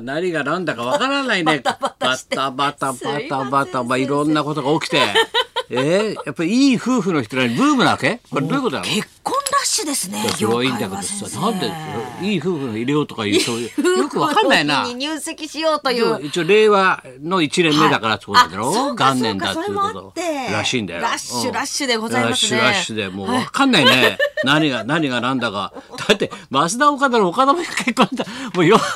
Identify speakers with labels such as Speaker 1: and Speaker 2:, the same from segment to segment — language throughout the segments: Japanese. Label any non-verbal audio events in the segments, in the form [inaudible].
Speaker 1: 何が何だかわからないね。バタバタバ
Speaker 2: すいません
Speaker 1: タバタ、まあ、
Speaker 2: 先生
Speaker 1: いろんなことが起きて。
Speaker 2: [laughs]
Speaker 1: えー、やっぱりいい夫婦の人らにブームなわけこれどういうことなの
Speaker 2: 結婚ラッシュですね。
Speaker 1: すごいんだけ
Speaker 2: 業界
Speaker 1: ど
Speaker 2: は
Speaker 1: さ
Speaker 2: 先、生
Speaker 1: なんでいい夫婦の入れようとかいう、そういう、よくわ
Speaker 2: 夫
Speaker 1: かん
Speaker 2: 婦
Speaker 1: ないな
Speaker 2: 同期。に入籍しようとい
Speaker 1: でも
Speaker 2: う。
Speaker 1: 一応令和の1年目だからってことだろ、
Speaker 2: はいあそうか
Speaker 1: 元年だっていう
Speaker 2: そうかそれもあ
Speaker 1: こ
Speaker 2: っ
Speaker 1: と
Speaker 2: て
Speaker 1: らしいんだよ
Speaker 2: ラッシュ
Speaker 1: うん
Speaker 2: ラッシュでございますね
Speaker 1: ラッシュラッシュでもう分かんないね、
Speaker 2: [laughs]
Speaker 1: 何が何が何だかだって増田岡田の岡田も結婚だもうよく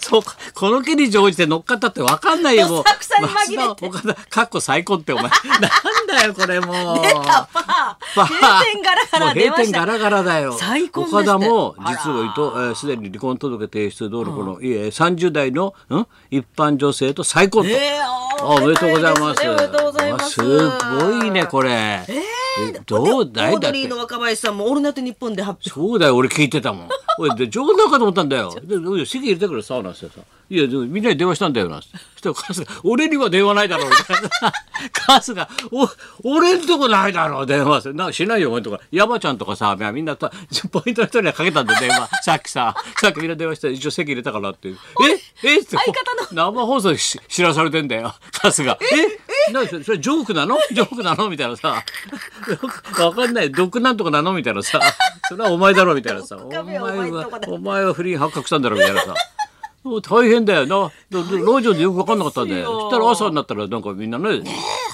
Speaker 1: そうかこの件に乗じて乗っかったって分かんないよもう
Speaker 2: どさくさに紛れて
Speaker 1: 増田岡田かっこ最高ってお前なんだよこれもう
Speaker 2: [laughs] 出たパー。閉店ガラガ
Speaker 1: も
Speaker 2: ラ
Speaker 1: う
Speaker 2: 出
Speaker 1: 閉
Speaker 2: まし
Speaker 1: 店
Speaker 2: た。
Speaker 1: ガラガラだよ
Speaker 2: 再婚です
Speaker 1: 岡
Speaker 2: って
Speaker 1: 田も
Speaker 2: あら
Speaker 1: 実を言うとすで、に離婚届提出どうのこの、いえ30代の、ん、一般女性と再婚と、
Speaker 2: えー
Speaker 1: あおめでとうございます
Speaker 2: おめでとうございます。
Speaker 1: わすごいねこれ、えどうだ
Speaker 2: オ
Speaker 1: いだ
Speaker 2: ード
Speaker 1: っ
Speaker 2: リー
Speaker 1: て
Speaker 2: の若林さんも「オールナイトニッポン」で発
Speaker 1: そうだよ俺聞いてたもん俺で冗談かと思ったんだよでで席入れてくれさなんつってさ「いやでもみんなに電話したんだよ」なんつってそしたら春日「俺には電話ないだ [laughs] ろ」みたいな春日お俺んとこないだろ電話なしないよ俺んとこ山ちゃんとかさみんなたポイントの人にはかけたんだよ電話 [laughs] さっきささっきみんな電話して一応席入れたからって「ええっ?」って
Speaker 2: 相方の
Speaker 1: 生放送でし知らされてんだよ春日えなにそれそれジョークなのジョークなのみたいなさ [laughs] よくわかんない毒なんとかなのみたいなさそれはお前だろみたいなさお
Speaker 2: 毒
Speaker 1: 前
Speaker 2: 亀はお前んとこ
Speaker 1: は
Speaker 2: だ
Speaker 1: お前は不倫発覚したんだろみたいなさもう大変だよなだだラジオでよくわかんなかったんだよ
Speaker 2: ですよ
Speaker 1: そしたら朝になったらなんかみんなね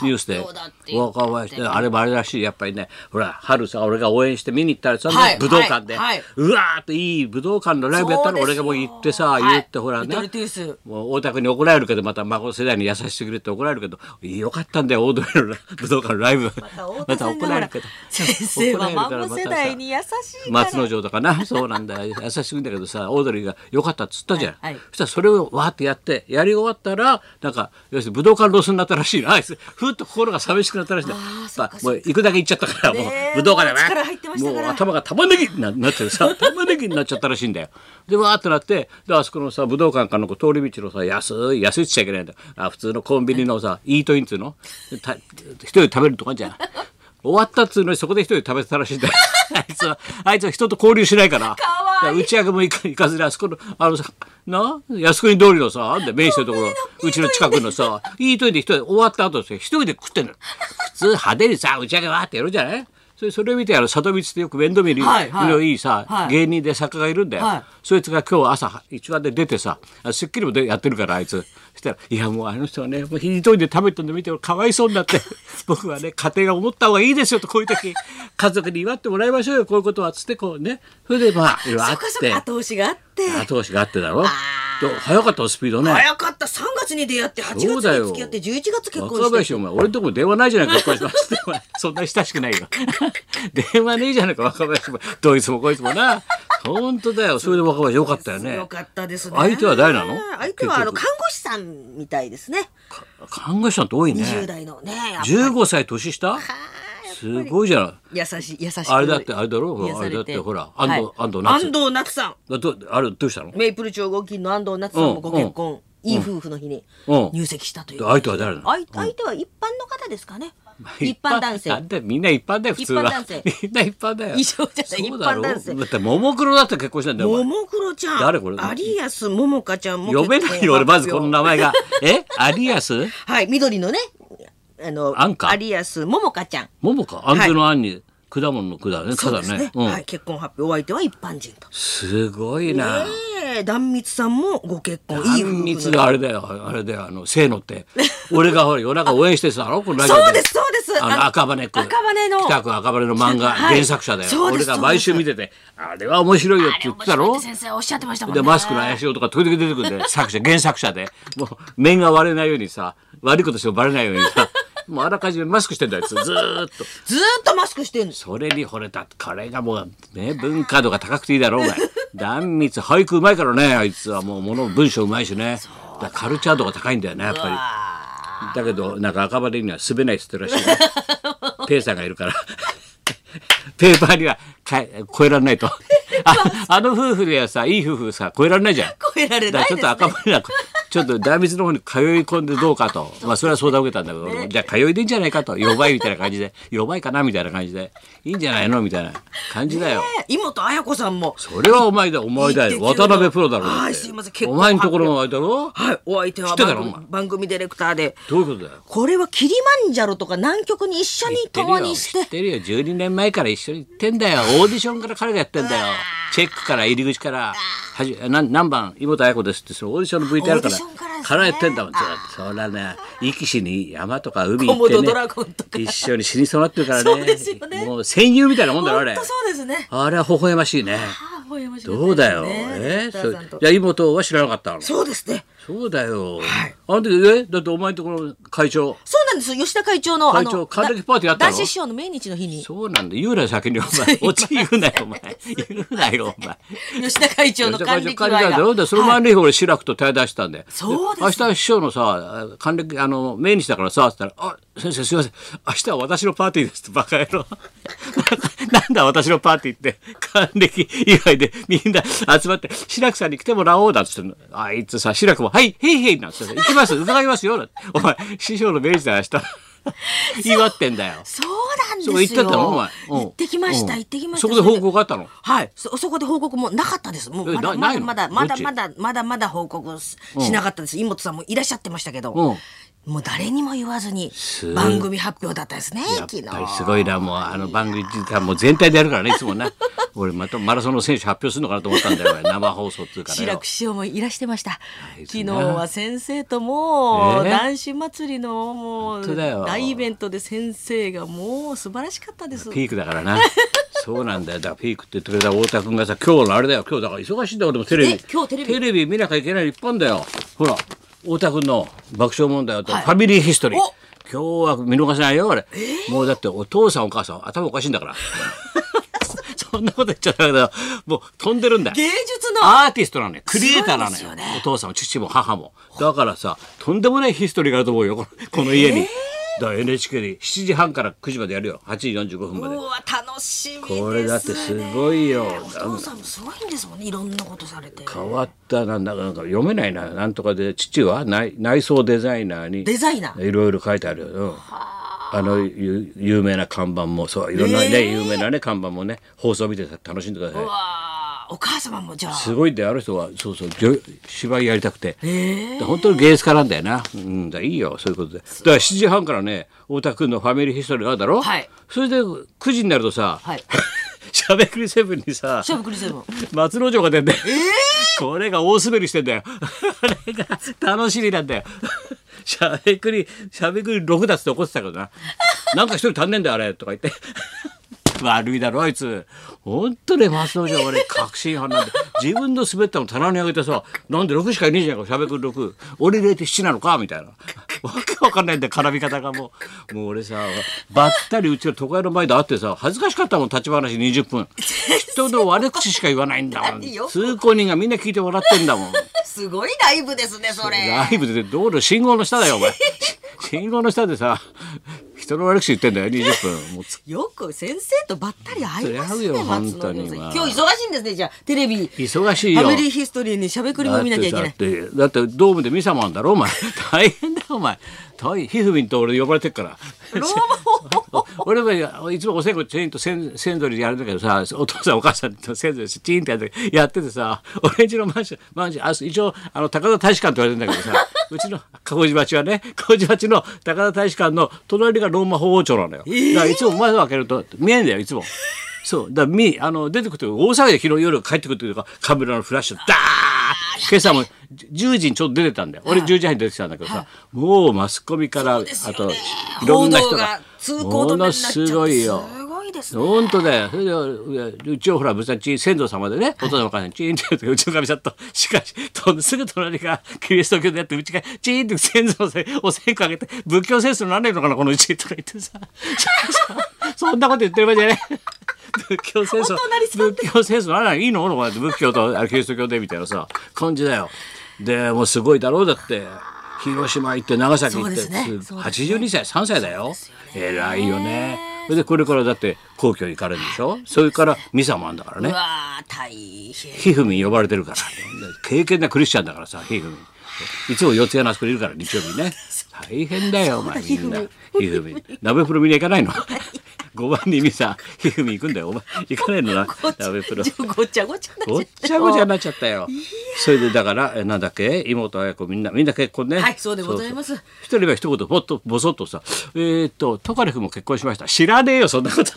Speaker 1: ニュースで
Speaker 2: 発表だって言って
Speaker 1: 若林であれもあれらしいやっぱりねほら春さ俺が応援して見に行ったらさ、
Speaker 2: はい
Speaker 1: 武道館で、
Speaker 2: はいはいう
Speaker 1: わーっていい武道館のライブやったら俺がもう行ってさ
Speaker 2: そうですよ
Speaker 1: 言ってほら
Speaker 2: はい
Speaker 1: ね、
Speaker 2: リトルトゥース
Speaker 1: もう大田区に怒られるけどまた孫世代に優しすぎるって怒られるけどよかったんだよ大通りの武道館のラ [laughs] イブ [laughs]
Speaker 2: 表。太田さんが
Speaker 1: ま
Speaker 2: ほ
Speaker 1: た
Speaker 2: ら
Speaker 1: けど
Speaker 2: 先生は
Speaker 1: 怒られるから
Speaker 2: 孫
Speaker 1: また
Speaker 2: 世
Speaker 1: さ
Speaker 2: 代に優しいから。
Speaker 1: 松之丞とか
Speaker 2: [laughs]
Speaker 1: なそうなんだよ優しいんだけどさオードリーが「よかった」っつったじゃん、
Speaker 2: はいはい
Speaker 1: そしたらそれをわーってやってやり終わったらなんか要するに武道館ロスになったらしいなあいつふっと心が寂しくなったらしいんだよ
Speaker 2: あーそ
Speaker 1: ま
Speaker 2: っ
Speaker 1: あ
Speaker 2: かそっか
Speaker 1: もう行くだけ行っちゃったから、もう
Speaker 2: ねえ
Speaker 1: 武道館だ
Speaker 2: もう力入ってまし
Speaker 1: な
Speaker 2: た
Speaker 1: も
Speaker 2: か
Speaker 1: う
Speaker 2: ら
Speaker 1: 頭が玉ねぎにななってる [laughs] さ玉ねぎになっちゃったらしいんだよでわーってなってであそこのさ武道館からのこう通り道のさ安い安いっちゃいけないんだよあ普通のコンビニのさイートインっつうのた一人で食べるとかじゃん終わったっつうのにそこで一人で食べてたらしいんだよ [laughs] あいつはあいつは人と交流しないから
Speaker 2: かわいい
Speaker 1: 打ち上げも行か行かずにあそこのあのさな靖国通りのさあんで名所のところうちの近くのさいいといで一人で終わった後でさ一人で食ってんの普通派手にさ打ち上げわーってやるじゃないそれそれ見てあの里道ってよく面倒見る、
Speaker 2: はいはい
Speaker 1: のいいさ、
Speaker 2: はい
Speaker 1: 芸人で作家がいるんだよ、
Speaker 2: はい
Speaker 1: そいつが今日朝一番で出てさ『あスッキリ』もでやってるからあいつそしたら「いやもうあの人はねもう一人で食べてるの見て俺かわいそうになっ
Speaker 2: [laughs]
Speaker 1: て僕はね家庭が思った方がいいですよ」とこういう時家族に祝ってもらいましょうよこういうことはつってこうねそれでまあいろいろあっ
Speaker 2: そこそ
Speaker 1: て
Speaker 2: こ後押しがあって。
Speaker 1: 後押しがあってだろ
Speaker 2: あ
Speaker 1: で早かったよスピードね
Speaker 2: 早かった3月に出会って8月
Speaker 1: そうだよ
Speaker 2: に付き合って11月結婚
Speaker 1: 若
Speaker 2: して
Speaker 1: 林お前俺のとこ電話ないじゃないか結婚
Speaker 2: [laughs]
Speaker 1: しますってお前そんな親しくないよ [laughs] 電話ねえじゃないか若林もどいつもこいつもな本当だよそれで若林よかったよね
Speaker 2: よかったですね
Speaker 1: 相手は誰なの
Speaker 2: 相手はあの
Speaker 1: 結
Speaker 2: 看護師さんみたいですね
Speaker 1: 局看護師さんって多い
Speaker 2: 20
Speaker 1: ね
Speaker 2: 代のねやっぱり
Speaker 1: 15歳年下すごいじゃない
Speaker 2: 優しい優しく
Speaker 1: あれだってあれだろ
Speaker 2: 癒さ
Speaker 1: あれ
Speaker 2: て
Speaker 1: だってほら安藤
Speaker 2: はい
Speaker 1: 安藤夏
Speaker 2: 安藤夏さん
Speaker 1: あどあれどうしたの
Speaker 2: メイプル超合金の安藤夏さんもご結婚いい夫婦の日に
Speaker 1: うん
Speaker 2: 入籍したという
Speaker 1: 相手は誰なの
Speaker 2: 相相手は一般の方です
Speaker 1: [laughs]
Speaker 2: かね一般男性
Speaker 1: なんだよみんな一般だよ普通は
Speaker 2: 一般男性
Speaker 1: [laughs] みんな一般だよ
Speaker 2: 以上じゃない
Speaker 1: そうだろ
Speaker 2: 一般男性
Speaker 1: だってももクロだって結婚したんだよお前
Speaker 2: ももクロちゃん
Speaker 1: 誰これ
Speaker 2: 有安ももかちゃんも
Speaker 1: 読めないよ俺まずこの名
Speaker 2: [laughs]
Speaker 1: 前がえアリアス
Speaker 2: はい緑のねあの
Speaker 1: アンカ
Speaker 2: 有安ももかちゃん
Speaker 1: ももか安全の安に、果物の果だね
Speaker 2: そう
Speaker 1: ただ
Speaker 2: ですね
Speaker 1: ね、うん
Speaker 2: はい、結婚発表お相手は一般人と。
Speaker 1: すごいな、
Speaker 2: ええ断蜜さんもご結婚いい夫婦
Speaker 1: あんみつ
Speaker 2: の
Speaker 1: があれだよあれだよあのせーのって
Speaker 2: [laughs]
Speaker 1: 俺がほら夜中応援してたろこのラジオ
Speaker 2: そうですそうです
Speaker 1: あ
Speaker 2: あ
Speaker 1: の
Speaker 2: の
Speaker 1: 赤羽区
Speaker 2: 赤羽の
Speaker 1: 北区赤羽の漫画、
Speaker 2: はい
Speaker 1: 原作者だよ
Speaker 2: そうで
Speaker 1: 俺
Speaker 2: す
Speaker 1: が毎週見ててあれは面白いよって言ってたろ
Speaker 2: 先生おっしゃってましたもんね
Speaker 1: でマスクの怪しい男が時々出てくるん
Speaker 2: [laughs]
Speaker 1: で作者原作者でもう面が割れないようにさ悪いことしてもバレないようにさもうあらかじめマスクしてんだよあいつずーっと
Speaker 2: ずーっとマスクしてるんです
Speaker 1: それに惚れたこれがもうね文化度が高くていいだろうお前断密俳句うまいからねあいつはもう物文章うまいしねだからカルチャー度が高いんだよねやっぱりだけどなんか赤羽には滑れないっつってるらし
Speaker 2: [laughs]
Speaker 1: いよペーさんがいるからペーパーにはか超えられないとああの夫婦ではさいい夫婦さ超えられないじゃん
Speaker 2: 超えられないですね
Speaker 1: だからちょっと赤羽なんかちょっと大仏の方に通い込んでどうかと。まあ、それは相談を受けたんだけど、俺もじゃあ通いでいいんじゃないかと。弱いみたいな感じで、弱いかなみたいな感じで、いいんじゃないのみたいな感じだよ。
Speaker 2: 妹彩子さんも
Speaker 1: それはお前だ、お前だよ。
Speaker 2: いいって
Speaker 1: 渡辺プロだろ。
Speaker 2: はい
Speaker 1: だって
Speaker 2: すいません結
Speaker 1: お
Speaker 2: 婚
Speaker 1: 前のところのあれだろ
Speaker 2: はいお相手
Speaker 1: 知
Speaker 2: は
Speaker 1: ってたのお
Speaker 2: 番
Speaker 1: 前
Speaker 2: 組番組ディレクターで
Speaker 1: どういうことだよ。
Speaker 2: これはキリマンジャロとか南極に一緒に共にし
Speaker 1: 知っててるよ知ってるよ12年前から一緒に行ってんだよオーディションから彼がやってんだよチェックから入り口からはじ何何番妹彩子ですってそのオーディションの VTR から
Speaker 2: オーディションからですね
Speaker 1: やってんだもんずっとそらね生き死に山とか海行
Speaker 2: コ
Speaker 1: っ
Speaker 2: モ
Speaker 1: て
Speaker 2: ド
Speaker 1: ね
Speaker 2: ドラゴンとか
Speaker 1: 一緒に死にそうなってるからね
Speaker 2: そうですよね
Speaker 1: もう戦友 [laughs] みたいなもんだろあ
Speaker 2: 本
Speaker 1: れ
Speaker 2: 当そうですね
Speaker 1: あれは微笑ましいね
Speaker 2: ああ微笑ましかったですね
Speaker 1: どうだよ
Speaker 2: ディ
Speaker 1: え
Speaker 2: レクタ
Speaker 1: そ
Speaker 2: ー
Speaker 1: う
Speaker 2: さんと
Speaker 1: いや妹は知らなかったの
Speaker 2: そうですね
Speaker 1: そうだよあの時えだってお前のところの会長
Speaker 2: そうなんですよ吉田会長の
Speaker 1: 会長
Speaker 2: あの
Speaker 1: 還暦パーティーやったの
Speaker 2: 男子師匠の命日の日に
Speaker 1: そうなんだ。言うなよ、先にお
Speaker 2: [laughs]
Speaker 1: 前。オチ言うなよ、お前。言うなよ、お前。
Speaker 2: 吉田会長の還暦祝いが
Speaker 1: だろでその前の日、俺、志らくと対談したんだよ。
Speaker 2: そうです
Speaker 1: 明日、師匠のさ、還暦、あの、命日だからさ、つったら、あ、先生、すいません。明日は私のパーティーですって、バカ野郎。 [laughs] なんだ、私のパーティーって、還暦祝いでみんな集まって、志らくさんに来てもらおうだっつってんのあいつさ、志らくも、はい、へいへいなんつって、行きます、伺いますよ、なんてお前、師匠の命日だ、明日。
Speaker 2: [laughs]
Speaker 1: 祝ってんだよ。
Speaker 2: そうなんです
Speaker 1: そ
Speaker 2: よ
Speaker 1: こ行ってたのお前。うん
Speaker 2: 行ってきました
Speaker 1: うん
Speaker 2: 行ってきまし
Speaker 1: そ
Speaker 2: た
Speaker 1: こで報告があったの。
Speaker 2: はい、そそこで報告もなかったです。もう
Speaker 1: え
Speaker 2: まだ
Speaker 1: な
Speaker 2: ま
Speaker 1: ない
Speaker 2: だ
Speaker 1: の
Speaker 2: ま
Speaker 1: どっ
Speaker 2: だまだ
Speaker 1: ち
Speaker 2: まだまだまだ報告ししなかったです。妹さんもいらっしゃってましたけど、
Speaker 1: う
Speaker 2: もう誰にも言わずに
Speaker 1: す
Speaker 2: 番組発表だったですね。
Speaker 1: やっ
Speaker 2: 昨日。
Speaker 1: ぱりすごいな、もうあの番組時間もう全体でやるからね、いつもな。俺またマラソンの選手発表するのかなと思ったんだよ、俺生放送っていうから
Speaker 2: 志ら
Speaker 1: よ
Speaker 2: く。師匠もいらしてました。
Speaker 1: い
Speaker 2: 昨日は先生ともう
Speaker 1: ええ
Speaker 2: 男子祭りのも
Speaker 1: 本当
Speaker 2: う
Speaker 1: だよ
Speaker 2: 大イベントで先生がもう素晴らしかったです。
Speaker 1: ピークだからな。 [laughs] そうなんだよ。だからピークって言ってくれた太田君がさ、今日のあれだよ。今日だから忙しいんだよ、俺もテレビ。
Speaker 2: え今日テレビ
Speaker 1: 見なきゃいけない一本だよ。ほら、太田君の爆笑問題と、
Speaker 2: はい
Speaker 1: ファミリーヒストリー
Speaker 2: お。
Speaker 1: 今日は見逃せないよ、あれ。もうだってお父さんお母さん頭おかしいんだ
Speaker 2: [laughs]
Speaker 1: から。そんなこと言っちゃったけど、もう飛んでるんだよ。
Speaker 2: 芸術の
Speaker 1: アーティストなのよ。クリエイターなの
Speaker 2: す
Speaker 1: よ。
Speaker 2: ごいですよ
Speaker 1: お父さんも父も母も。だからさ、とんでもないヒストリーがあると思うよ、このこの家に。だから NHK で7時半から9時までやるよ。8時45分まで
Speaker 2: う。わ楽しみですね。
Speaker 1: これだってすごいよ
Speaker 2: お父さんもすごいんですもんね。いろんなことされて。
Speaker 1: 変わったな、なんかなんか読めないな。なんとかで、父は内内装デザイナーに。
Speaker 2: デザイナー
Speaker 1: いろいろ書いてあるよ。うんあのゆ有名な看板もそういろんなね、
Speaker 2: えー
Speaker 1: 有名なね看板もね放送見て楽しんでくださいう
Speaker 2: わーお母様もじゃあ。
Speaker 1: すごいんだよある人はそうそう女芝居やりたくて、本当に芸術家なんだよな、うん、だからいいよそういうことでだから7時半からね太田君の「ファミリーヒストリー」があるだろ、
Speaker 2: はい
Speaker 1: それで9時になるとさ、
Speaker 2: はい
Speaker 1: [laughs] しゃべくりセブンに
Speaker 2: [laughs]
Speaker 1: さ
Speaker 2: シャープクリセブン。
Speaker 1: 松之丞が出んだよ、これが大滑りしてんだよこれが楽しみなんだよしゃべくりしゃべくり6だっつって怒ってたけどななんか一人足んねえんだよあれとか言って悪いだろあいつ本当ね松之丞俺確信犯なんで自分の滑ったの棚に上げてさなんで6しかいねえじゃんかしゃべくり6俺入れて7なのかみたいなわけわかんないんだよ絡み方がもうもう俺さばったりうちの都会の前で会ってさ恥ずかしかったもん立ち話20分人の悪口しか言わないんだもん
Speaker 2: いいよ
Speaker 1: 通行人がみんな聞いて笑ってんだもん
Speaker 2: すごいライブですねそれ。
Speaker 1: ライブで道路信号の下だ
Speaker 2: [laughs]
Speaker 1: よお前信号の下でさ人の悪口言ってんだよ20分もう
Speaker 2: よく先生とばったり会いますね
Speaker 1: そりゃ会うよ
Speaker 2: 松野
Speaker 1: 本当に
Speaker 2: 先生
Speaker 1: ま
Speaker 2: 今
Speaker 1: あ
Speaker 2: 日忙しいんですねじゃあテレビ。
Speaker 1: 忙しい
Speaker 2: フ
Speaker 1: よ
Speaker 2: ァミリーヒストリーにしゃべくりも見なきゃいけ
Speaker 1: だ
Speaker 2: な
Speaker 1: っ
Speaker 2: い。
Speaker 1: てだってだってドームでミサもあんだろお前 [laughs] 大変だよお前大変ひふみんと俺呼ばれてっから
Speaker 2: ローマ
Speaker 1: お俺はいつもお線香チェーンと千千鳥でやるんだけどさお父さんお母さんと千鳥でチーンってやってやっててさ俺んちのマンションマンションあ一応あの高田大使館って言われてんだけどさうちの麹町はね麹町の高田大使館の隣がローマ法王庁なのよ、だからいつも前を開けると見えんだよいつも。そうだからみあの出てくると大騒ぎで昨日夜帰ってくるというかカメラのフラッシュダーッ今朝もじ10時にちょっと出てたんだよ俺10時半に出てきたんだけどさ、もうマスコミから、
Speaker 2: です
Speaker 1: あ
Speaker 2: よ
Speaker 1: と
Speaker 2: ね
Speaker 1: いろんな人
Speaker 2: 報道
Speaker 1: が
Speaker 2: が通行止め
Speaker 1: も
Speaker 2: にな
Speaker 1: の
Speaker 2: っちゃって
Speaker 1: すごいよ
Speaker 2: すごいですね
Speaker 1: 本当だよそれでううちをほらぶさんち先祖様でねお父さんお母さんチーンって言ってうちのかみさんとしかしとすぐ隣がキリスト教でやってうちがチーンって先祖のせお線香あげて仏教戦争になんねえのかなこのうちとか言ってさ [laughs] そんなこと言ってる場合じゃねえ仏教戦争
Speaker 2: お隣さん
Speaker 1: 仏教戦争ならいいのこれ仏教とあキリスト教でみたいなさ感じだよでもうすごいだろうだって広島行って長崎行って
Speaker 2: そうですね
Speaker 1: す
Speaker 2: そうですね
Speaker 1: 82歳3歳だよ偉いよねそれでこれからだって皇居行かれるでしょそれからミサもあんだから
Speaker 2: う
Speaker 1: ね
Speaker 2: わー大変。
Speaker 1: ひふみん呼ばれてるから経験なクリスチャンだからさひふみんいつも四谷のあそこにいるから日曜日
Speaker 2: [laughs]
Speaker 1: ね大変だよお前みんな
Speaker 2: ひ
Speaker 1: ひふみ鍋プロ見に行かないの五番にみさひふみ行くんだよお前行かないのな
Speaker 2: ごっちゃ
Speaker 1: 鍋プロ
Speaker 2: ごちゃごちゃにな
Speaker 1: ご
Speaker 2: っ
Speaker 1: っ
Speaker 2: ちゃった
Speaker 1: ちゃごちゃになっちゃったよ。それでだから、えなんだっけ、妹綾子みんな、みんな結婚ね。
Speaker 2: はいそうでございます
Speaker 1: そうそう一人は一言、ぼっと、ぼそっとさ、えーっと、トカレフも結婚しました。知らねえよ、そんなこと。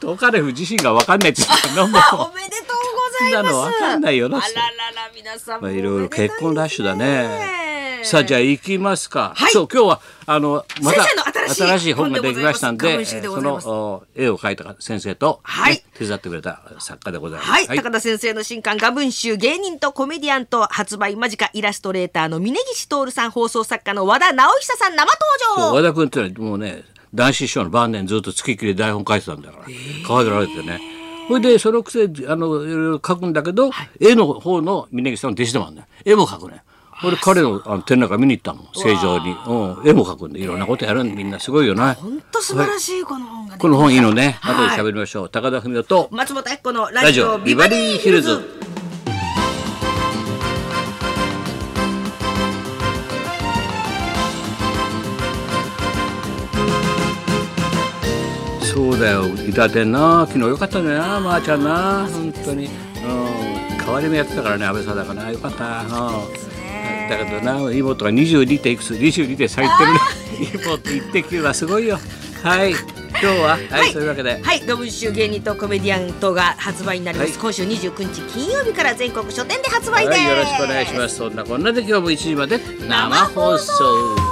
Speaker 1: トカレフ自身がわかんないって言ってたのもう。
Speaker 2: おめでとうござ
Speaker 1: そんな
Speaker 2: います
Speaker 1: のわかんないよな
Speaker 2: あららら皆さん
Speaker 1: ま
Speaker 2: も
Speaker 1: あ、
Speaker 2: お
Speaker 1: い
Speaker 2: めでた
Speaker 1: ろいろ結婚ラッシュだね。さあ、じゃあ行きますか。
Speaker 2: はい
Speaker 1: そう、今日は、あの、また
Speaker 2: 先生の新しい
Speaker 1: 本ができましたんで、
Speaker 2: 本でござ
Speaker 1: えーそ
Speaker 2: いますガムシでござい
Speaker 1: の
Speaker 2: ます
Speaker 1: お絵を描いた先生と、
Speaker 2: はい
Speaker 1: ね手伝ってくれた作家でございます。
Speaker 2: はい、高田先生の新刊「画文集芸人とコメディアン」と発売間近イラストレーターの峯岸徹さん放送作家の和田直久さん生登場
Speaker 1: 和田君ってのはもうね男子師匠の晩年ずっと月切り台本書いてたんだから、可愛がられてねそれでそのくせあのいろいろ書くんだけど、絵の方の峯岸さんの弟子でもあるね絵も描くね俺彼のあの展覧会見に行ったもん正常に、うん、絵も描くんでいろんなことやるんみんなすごいよな
Speaker 2: 本当素晴らしいこの本がね
Speaker 1: この本いいのね
Speaker 2: はい
Speaker 1: 後で喋りましょう、高田文夫と
Speaker 2: 松本明子のラ
Speaker 1: ラ
Speaker 2: ジ
Speaker 1: ジ
Speaker 2: オ
Speaker 1: オ
Speaker 2: ビ
Speaker 1: ビ
Speaker 2: バ
Speaker 1: バ
Speaker 2: リ
Speaker 1: リ
Speaker 2: ー
Speaker 1: ー
Speaker 2: ヒ
Speaker 1: ヒ
Speaker 2: ル
Speaker 1: ル
Speaker 2: ズ
Speaker 1: ズそうだよ伊達てな昨日よかったんだよなまー、ちゃんな本当に、うん、変わり目やってたからね安倍さんだからなよかった、うん、だけどな妹が22点いくつ22点下げてるね妹1.9はすごいよはい今日ははい、そういうわけで
Speaker 2: はい、画文集芸人とコメディアンとが発売になります、
Speaker 1: はい
Speaker 2: 今週29日金曜日から全国書店で発売
Speaker 1: は
Speaker 2: です、
Speaker 1: い、よろしくお願いします。そんなこんなで今日も1時まで生放送。